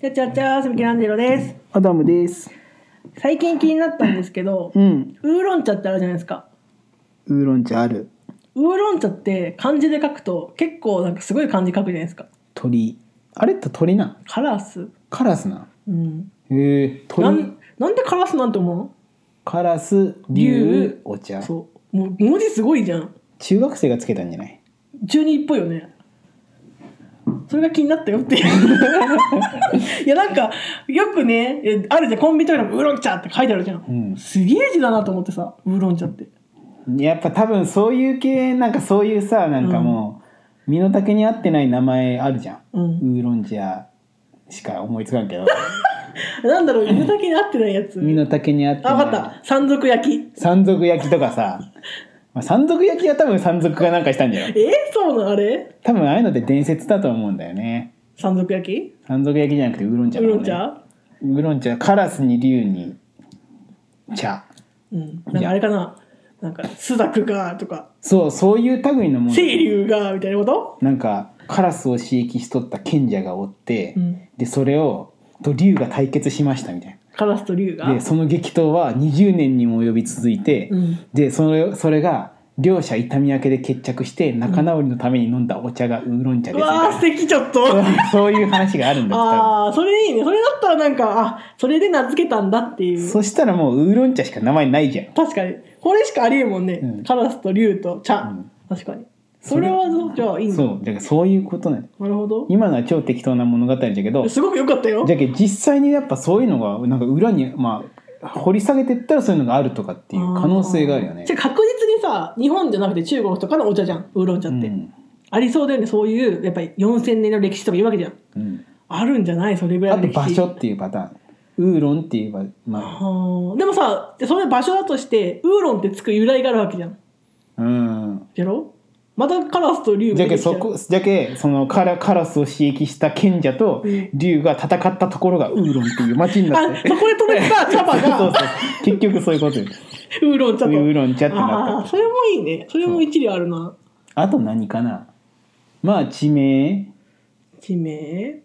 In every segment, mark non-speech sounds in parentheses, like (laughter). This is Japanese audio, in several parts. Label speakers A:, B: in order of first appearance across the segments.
A: ちゃちゃちゃー、すみきなんじろです。
B: アダムです。
A: 最近気になったんですけど、
B: うん。
A: ウーロン茶ってあるじゃないですか。
B: ウーロン茶ある。
A: ウーロン茶って漢字で書くと、結構なんかすごい漢字書くじゃないですか。
B: 鳥。あれって鳥なん。
A: カラス。
B: カラスなん。
A: うん。
B: へえ。
A: な
B: 鳥
A: ん。、なんでカラスなんて思
B: カラス。
A: 竜
B: 竜。お茶
A: う。そう。もう文字すごいじゃん。
B: 中学生がつけたんじゃない。
A: 中二っぽいよね。それが気になったよっていう。いやなんかよくねえあるじゃんコンビニとかでもウーロン茶って書いてあるじゃん、
B: うん
A: すげえ字だなと思ってさウーロン茶って
B: やっぱ多分そういう系、なんかそういうさ、なんかもう。身の丈に合ってない名前あるじゃん。
A: うん
B: ウーロン茶。しか思いつかんけ (laughs) ど。
A: なんだろう犬だけに合ってないやつ
B: 身の丈に合ってない。
A: あ、わかった。山賊焼き。
B: 山賊焼きとか (laughs) さ。まあ、山賊焼きは多分山賊がなんかしたんだよ。
A: えー、そうなのあれ
B: 多分ああいうのって伝説だと思うんだよね。
A: 山賊焼き
B: 山賊焼きじゃなくてウーロン
A: ウ
B: 茶
A: ー
B: だも
A: ロ
B: ん
A: ン
B: ね
A: 茶
B: ウーロン茶カラスに竜に茶
A: うん。なんかあれかななんか、スザクが、とか、
B: そうそういう類のもの
A: 清流が、みたいなこと
B: なんかカラスを刺激しとった賢者がおって、
A: うん
B: でそれをと竜が対決しましたみたい
A: カラスと竜が。
B: なでその激闘は20年にも及び続いて、
A: うん
B: でそれそれが両者痛み分けで決着して仲直りのために飲んだお茶がウーロン茶
A: う
B: ですみ
A: わ
B: た
A: ー、素敵、ちょっと。
B: いな (laughs) そういう話があるんだって多
A: あー、それいいね。それだったらなんか、あ、それで名付けたんだってい
B: 分
A: う。
B: そしたらもうウーロン茶しか名前ないじゃん
A: 確かに。これしかありえんもんね。
B: うん
A: カラスと竜と茶。
B: うん
A: 確かに。そ
B: それ
A: れは、じゃあいいね。
B: そうだからそういうことなの
A: なるほど。
B: 今のは超適当な物語だけど
A: すごく良かったよ
B: (laughs) じ。ゃけ実際にやっぱそういうのがなんか裏にまあ掘り下げてったらそういうのがあるとかっていう可能性があるよね
A: じ。ゃあ確実にさ日本じゃなくて中国とかのお茶じゃんウーロン茶って、
B: うん
A: ありそうだよねそういうやっぱり4,000年の歴史とかいうわけじゃん
B: うん
A: あるんじゃないそれぐら
B: あ
A: いの
B: と
A: 歴史
B: 場所っていうパターンウーロンっていうばまあ
A: はあでもさそれ場所だとしてウーロンってつく由来があるわけじゃん
B: うん。
A: やろまたカラスと竜
B: じ
A: が
B: ゃ
A: 出
B: け
A: てきちゃ
B: そうこじゃけそのカラカラスを刺激した賢者と
A: うん
B: 竜が戦ったところがウーロンっていう町になっ
A: あ
B: て。
A: そこで取れた茶葉
B: (laughs) そうそう
A: が
B: 結局そういうことよ
A: ウーロン茶と
B: ウーロン茶ってなった
A: ああそれもいいねそれも一理あるな
B: あと何かなまあ地名
A: 地名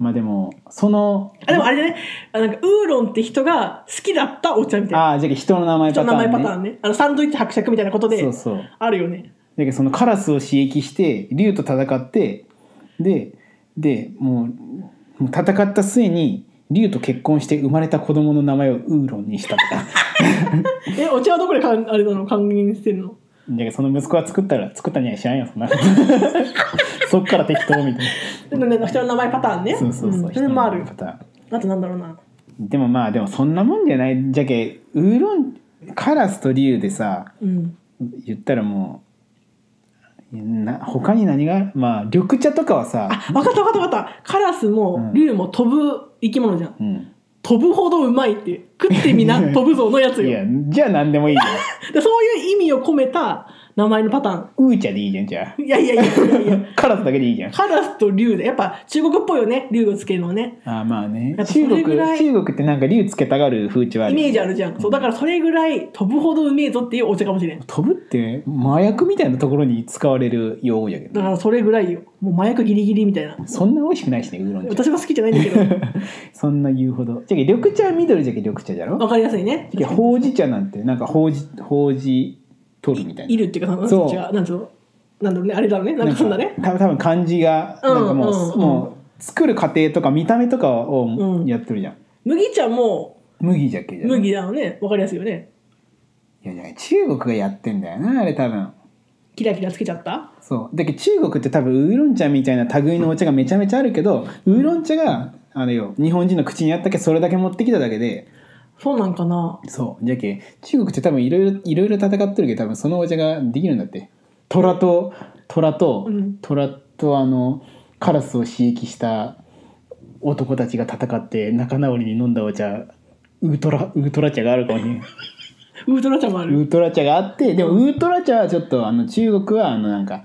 B: まあでもその
A: あでもあれじゃねあなんかウーロンって人が好きだったお茶みたいな
B: ああじゃあ人の名前
A: 人
B: パタ
A: の
B: ー
A: 名
B: ン、ね、
A: 前パターンねあのサンドイッチ伯爵みたいなことで
B: そうそうだ
A: あるよね
B: けどそのカラスを刺激して竜と戦ってででもうもう戦った末に竜と結婚して生まれた子供の名前をウーロンにしたと
A: (laughs)
B: か
A: えお茶はどこでかんあれなの還元してんの
B: だけどその息子が作ったら作ったには知らんよそ
A: (laughs)
B: んなそっから適当みたい
A: ななな人の名前パターンね
B: なそうそうそう、
A: んそれもある
B: 人の名前パターン
A: あとなんだろうな
B: でもまあでもそんなもんじゃないじゃけウーロンカラスと竜でさ
A: うん
B: 言ったらもうな他に何がまあ緑茶とかはさ
A: あ分かった分かった分かったカラスも
B: ん
A: 竜も飛ぶ生き物じゃん、
B: うん
A: 飛ぶほどうまいっていう食ってみな飛ぶぞのやつ
B: (laughs) い
A: よ
B: やじゃあ何でもいいよ
A: でそういう意味を込めた名前のパター
B: ウーチャでいいじゃんじゃ
A: ンいやいやいやいやいや
B: あカラスだけでいいじゃ
A: (laughs)
B: ん
A: カラスと竜でやっぱ中国っぽいよね竜をつけるのはね
B: あーまあね
A: やっぱそれ
B: 中国
A: ぐらい
B: 中国ってなんか竜つけたがる風潮あ
A: イ
B: る
A: メージあるじゃん、そうだからそれぐらい飛ぶほどうめえぞっていうお茶かもしれんだ
B: 飛ぶって麻薬みたいなところに使われる用語じゃけど
A: からそれぐらいよもう麻薬ギリギリみたいな
B: そんな美味しくないしねウーロン茶
A: 私は好きじゃないんだけ
B: (laughs)
A: ど
B: そんな言うほどじゃけ緑茶は緑じゃけ緑茶じゃろ
A: 分かりやすいね
B: じゃけほうじ茶なんてなんかほうじほうじ取るみたいない
A: るっていうか、なん
B: そう
A: 違う、なんつうの、なんだろうね、あれだろうね、なんかそんだね。
B: 多分多分漢字が
A: うん
B: なんかもう,、
A: うんうん
B: もう作る過程とか見た目とか
A: う
B: を
A: ん
B: やってるじゃん、
A: 麦茶も
B: 麦じゃけじゃんい
A: 麦だよね、わかりやすいよね。
B: やいや中国がやってんだよなあれ多分
A: キラキラつけちゃった。
B: そうだけど中国って多分ウーロン茶みたいな類のお茶がめちゃめちゃあるけどウーロン茶があれよ日本人の口にあったけそれだけ持ってきただけで
A: そうなんかな。
B: そうじゃけ中国って多分いろいろいろいろ戦ってるけど多分そのお茶ができるんだって虎と虎と
A: うん
B: 虎とあのカラスを刺激した男たちが戦って仲直りに飲んだお茶ウートラウートラ茶があるかもし
A: (laughs)
B: れない
A: ウートラ茶もあ
B: ウ
A: る。
B: ートラ茶があってでもウートラ茶はちょっとあの中国はあのなんか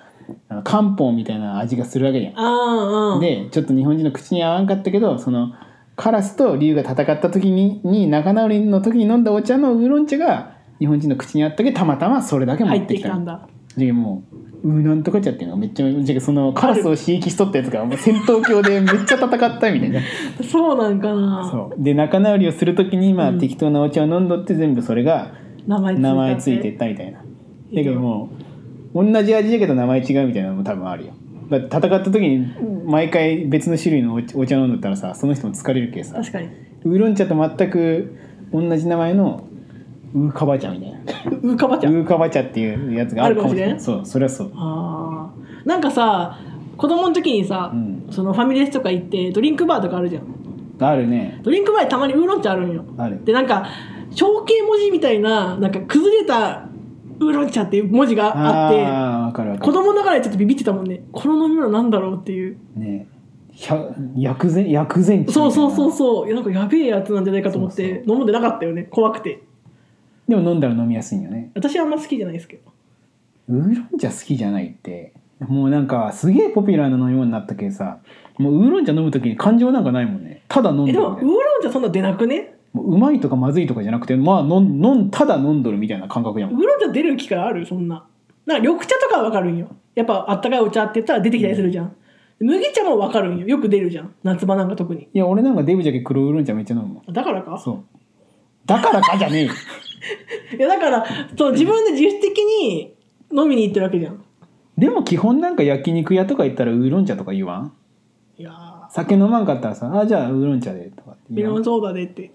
B: あの漢方みたいな味がするわけじゃん
A: ああ、ああ。
B: でちょっと日本人の口に合わんかったけどそのカラスと竜が戦った時にに仲直りの時に飲んだお茶のウーロン茶が日本人の口にあったけどたまたまそれだけ持
A: 入っ
B: って
A: て
B: き
A: きた
B: た
A: んだ。
B: でもうウーなんとかちゃっていうのがめっちゃじゃあそのカラスを刺激しとったやつがもう戦闘狂でめっちゃ戦ったみたいな
A: そうなんかな
B: そうで仲直りをする時にまあ
A: うん
B: 適当なお茶を飲んどって全部それが
A: 名前つい
B: 名前ついて
A: て
B: ったみたいなだけどもう同じ味だけど名前違うみたいなのも多分あるよだって戦った時に毎回別の種類のお茶お茶飲んだったらさその人も疲れるけさ
A: 確かに
B: ウーロン茶と全く同じ名前のウーカバ茶みたいな
A: ううかばちゃん
B: ウーカバ茶っていうやつがあるかもしれな
A: あ
B: い
A: る
B: そうそれはそう
A: あーなんかさ子供の時にさ、
B: うん
A: そのファミレスとか行ってドリンクバーとかあるじゃん
B: あるね
A: ドリンクバーにたまにウーロン茶あるんよ
B: ある
A: でなんか象形文字みたいななんか崩れたウーロン茶っていう文字があって
B: ああわかるわか
A: 子
B: る
A: 供ながらにちょっとビビってたもんねこの飲み物なんだろうっていう
B: ね百薬膳薬膳地みたい
A: そ
B: な
A: うそうそうそういやなんかやべえやつなんじゃないかと思って
B: そう
A: 飲んでなかったよね怖くて
B: でも飲んだら飲みやすいんよね
A: 私はあんま好きじゃないですけど
B: ウーロン茶好きじゃないってもうなんかすげえポピュラーな飲み物になったけさもうウーロン茶飲む時に感情なんかないもんねただ飲ん
A: え
B: で
A: で
B: る
A: も
B: み
A: ウ
B: た
A: ー
B: いな
A: ロン茶そんな出なくね
B: もううまいとかまずいとかじゃなくてまあ飲ん飲んただ飲んどるみたいな感覚や
A: ウ
B: もん
A: ーロン茶出る機会あるそんななんか緑茶とかは分かるんよやっぱあったかいお茶って言ったら出てきたりするじゃん、麦茶も分かるんよよく出るじゃん夏場なんか特に
B: いや俺なんかデブじゃけ黒ウーロン茶めっちゃ飲むもん
A: だからか
B: そうだからかじゃねえ
A: (laughs)
B: よ
A: いやだからそう自分で自主的に飲みに行ってるわけじゃん
B: でも基本なんか焼肉屋とか行ったらウーロン茶とか言わん
A: いやー
B: 酒飲まんかったらさ「あじゃあウーロン茶で」とかって
A: メ
B: 言
A: ロ (laughs)
B: わん
A: ンソーダでって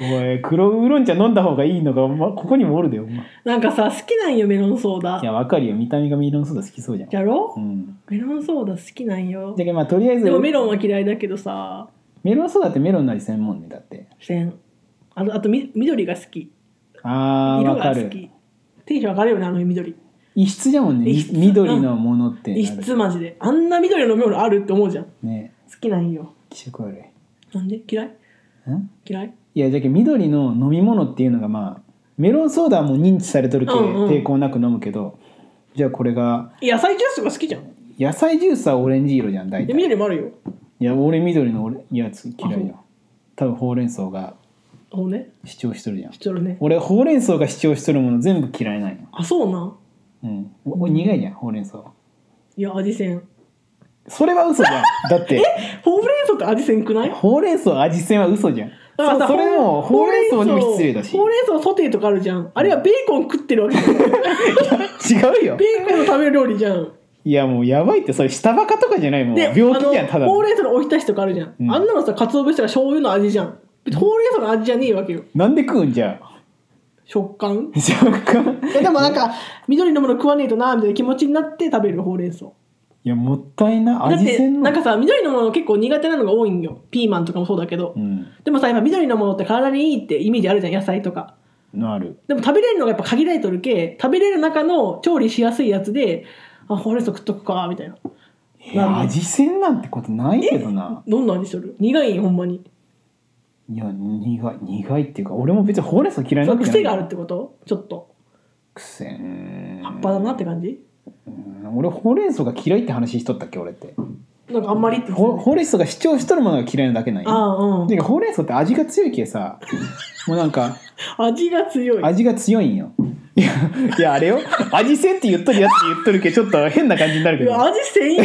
B: おい黒ウーロン茶飲んだ方がいいのが、ま、ここにもおるでよ、お前
A: なんかさ好きなんよメロンソーダ
B: いやわかるよ見た目がメロンソーダ好きそうじゃん
A: やろ、
B: うん
A: メロンソーダ好きなんよ
B: じゃけまあとりあえず
A: でもメロンは嫌いだけどさ
B: メロンソーダってメロンの味専門ねだって
A: せんあとあとみ緑が好き
B: あー
A: 色
B: わか
A: が好
B: る
A: きテンション上がるよねあの緑
B: 異質じゃもんね
A: 異
B: み
A: 質
B: 緑のものってなる
A: 異質マジであんな緑の飲み物あるって思うじゃん好
B: ね
A: きなんよ
B: 気色悪い
A: なんで嫌い
B: ん
A: 嫌い
B: いやじゃけ緑の飲み物っていうのがまあメロンソーダはもう認知されとるけ、
A: うんうん
B: 抵抗なく飲むけどじゃあこれが
A: 野菜ジュースが好きじゃん
B: 野菜ジュースはオレンジ色じゃん大
A: で
B: 体
A: 緑もあるよ
B: いや俺緑の俺やつ嫌い
A: あ
B: よ多分ほうれん草が
A: ほうね
B: 主張しとるじゃん
A: 知ってるね
B: 俺ほうれん草が主張しとるもの全部嫌いなんよ、
A: あそうなん
B: うん、おお苦いじゃんほうれん草
A: いや味せん
B: それは嘘
A: (laughs)
B: じゃんだって
A: ほうれん草って味せんくない
B: ほうれん草味せんは嘘じゃん
A: だからさ
B: そそれもほうれん草にも失礼だし
A: ほうれん草ソテーとかあるじゃんあれはベーコン食ってるわけ
B: (laughs)
A: ベ
B: 違うよ
A: ーコンの食べる料理じゃん
B: いやもうやばいってそれ下バカとかじゃないもう
A: で
B: 病気じゃんた
A: あの
B: だ
A: ほう
B: の
A: れん草のおひたしとかあるじゃん、
B: うん
A: あんなのさ鰹節とか醤油の味じゃんほうれん草の味じゃねえわけよ
B: なんで食うんじゃあ
A: 食感
B: 若干
A: いやでもなんか緑のもの食わねえとなみたいな気持ちになって食べるほうれん草
B: いやもったいな
A: だっ
B: 味
A: て
B: せんの
A: なんかさ緑のもの結構苦手なのが多いんよピーマンとかもそうだけど、
B: うん
A: でもさ今緑のものって体にいいってイメージあるじゃん野菜とか
B: のある
A: でも食べれるのがやっぱ限られとるけ食べれる中の調理しやすいやつであほうれん草食っとくかみたいない
B: や味せんなんてことないけどな
A: どんな味する苦いんほんまに
B: いや苦い苦いっていうか俺も別にほうれん草嫌い
A: そ
B: な
A: う
B: わけじゃな
A: 癖
B: い
A: があるってことちょっと
B: 癖うーん
A: 葉っぱだなって感じ
B: うん俺ほうれん草が嫌いって話しとったっけ俺って
A: なんかあんまりって
B: ほほうれん草が主張しとるものが嫌いなだけなん
A: あ
B: よ
A: あうん
B: てかほうれん草って味が強いけさもうなんか
A: 味が強い
B: 味が強いんよいやいやあれよ味せんって言っとるやつって言っとるけどちょっと変な感じになる
A: い
B: けど
A: や味せんよ、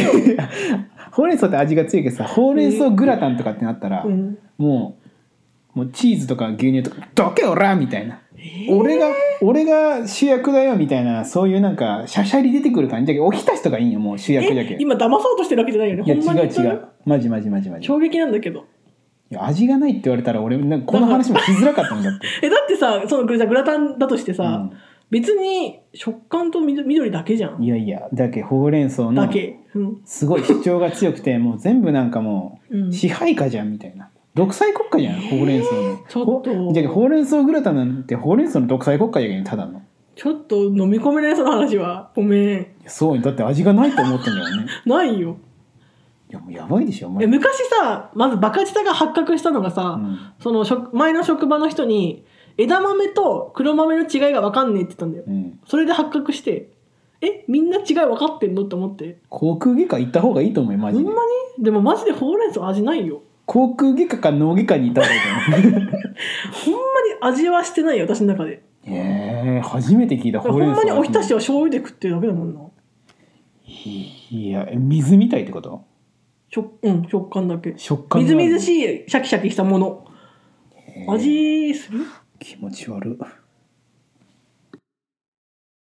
B: ほうれん草って味が強いけどさほうれん草グラタンとかってなったら、
A: うん、
B: もうもうチーズとか牛乳とか「どけおら!」みたいな、俺が俺が主役だよみたいなそういうなんかしゃしゃり出てくる感じだけどおひたしとかいいんよもう主役だけ
A: え今騙そうとしてるわけじゃないよね
B: いや違
A: ほんまに言
B: う
A: っと
B: 違
A: る
B: うマジマジマジマジい
A: 衝撃なんだけど
B: や味がないって言われたら俺なんかこの話もしづらかったんだって
A: えだってさそのグラグラタンだとしてさ、
B: うん
A: 別に食感と緑緑だけじゃん
B: いやいやだけほうれん草
A: だ
B: の
A: け、うん、
B: すごい主張が強
A: (laughs)
B: くてもう全部なんかも
A: う
B: うん支配下じゃんみたいな独裁国家じゃんほうれん草の
A: ちょっと
B: ほじゃけほうれん草グラタンなんてほうれん草の独裁国家やけんただの
A: ちょっと飲み込めないその話はごめん
B: いやそうだって味がないと思ってんだよね (laughs)
A: ないよ
B: いやもうやばいでしょお前
A: え昔さまずバカ舌が発覚したのがさ、
B: うん
A: その職前の職場の人に枝豆と黒豆の違いが分かんねえって言ったんだよ、
B: うん、
A: それで発覚してえみんな違い分かってんのって思って
B: 航空外科行った方がいいと思うよマ
A: ほ
B: ジ
A: ん
B: で
A: まにでもマジでほうれん草味ないよ
B: 航空外科か脳外科に行った方がいいと
A: ほ
B: 思う (laughs)
A: んまに味はしてないよ私の中で
B: へええー、初めて聞いた
A: ほ
B: ほうれ
A: ん
B: ん草
A: まにおひたし
B: を
A: を醤油で食ってるだけだもんない
B: や水みたいってこと
A: 食,、うん、食感だけ
B: 食感
A: みずみず
B: い
A: しいシャキシャキしたもの味する
B: 気持ち悪い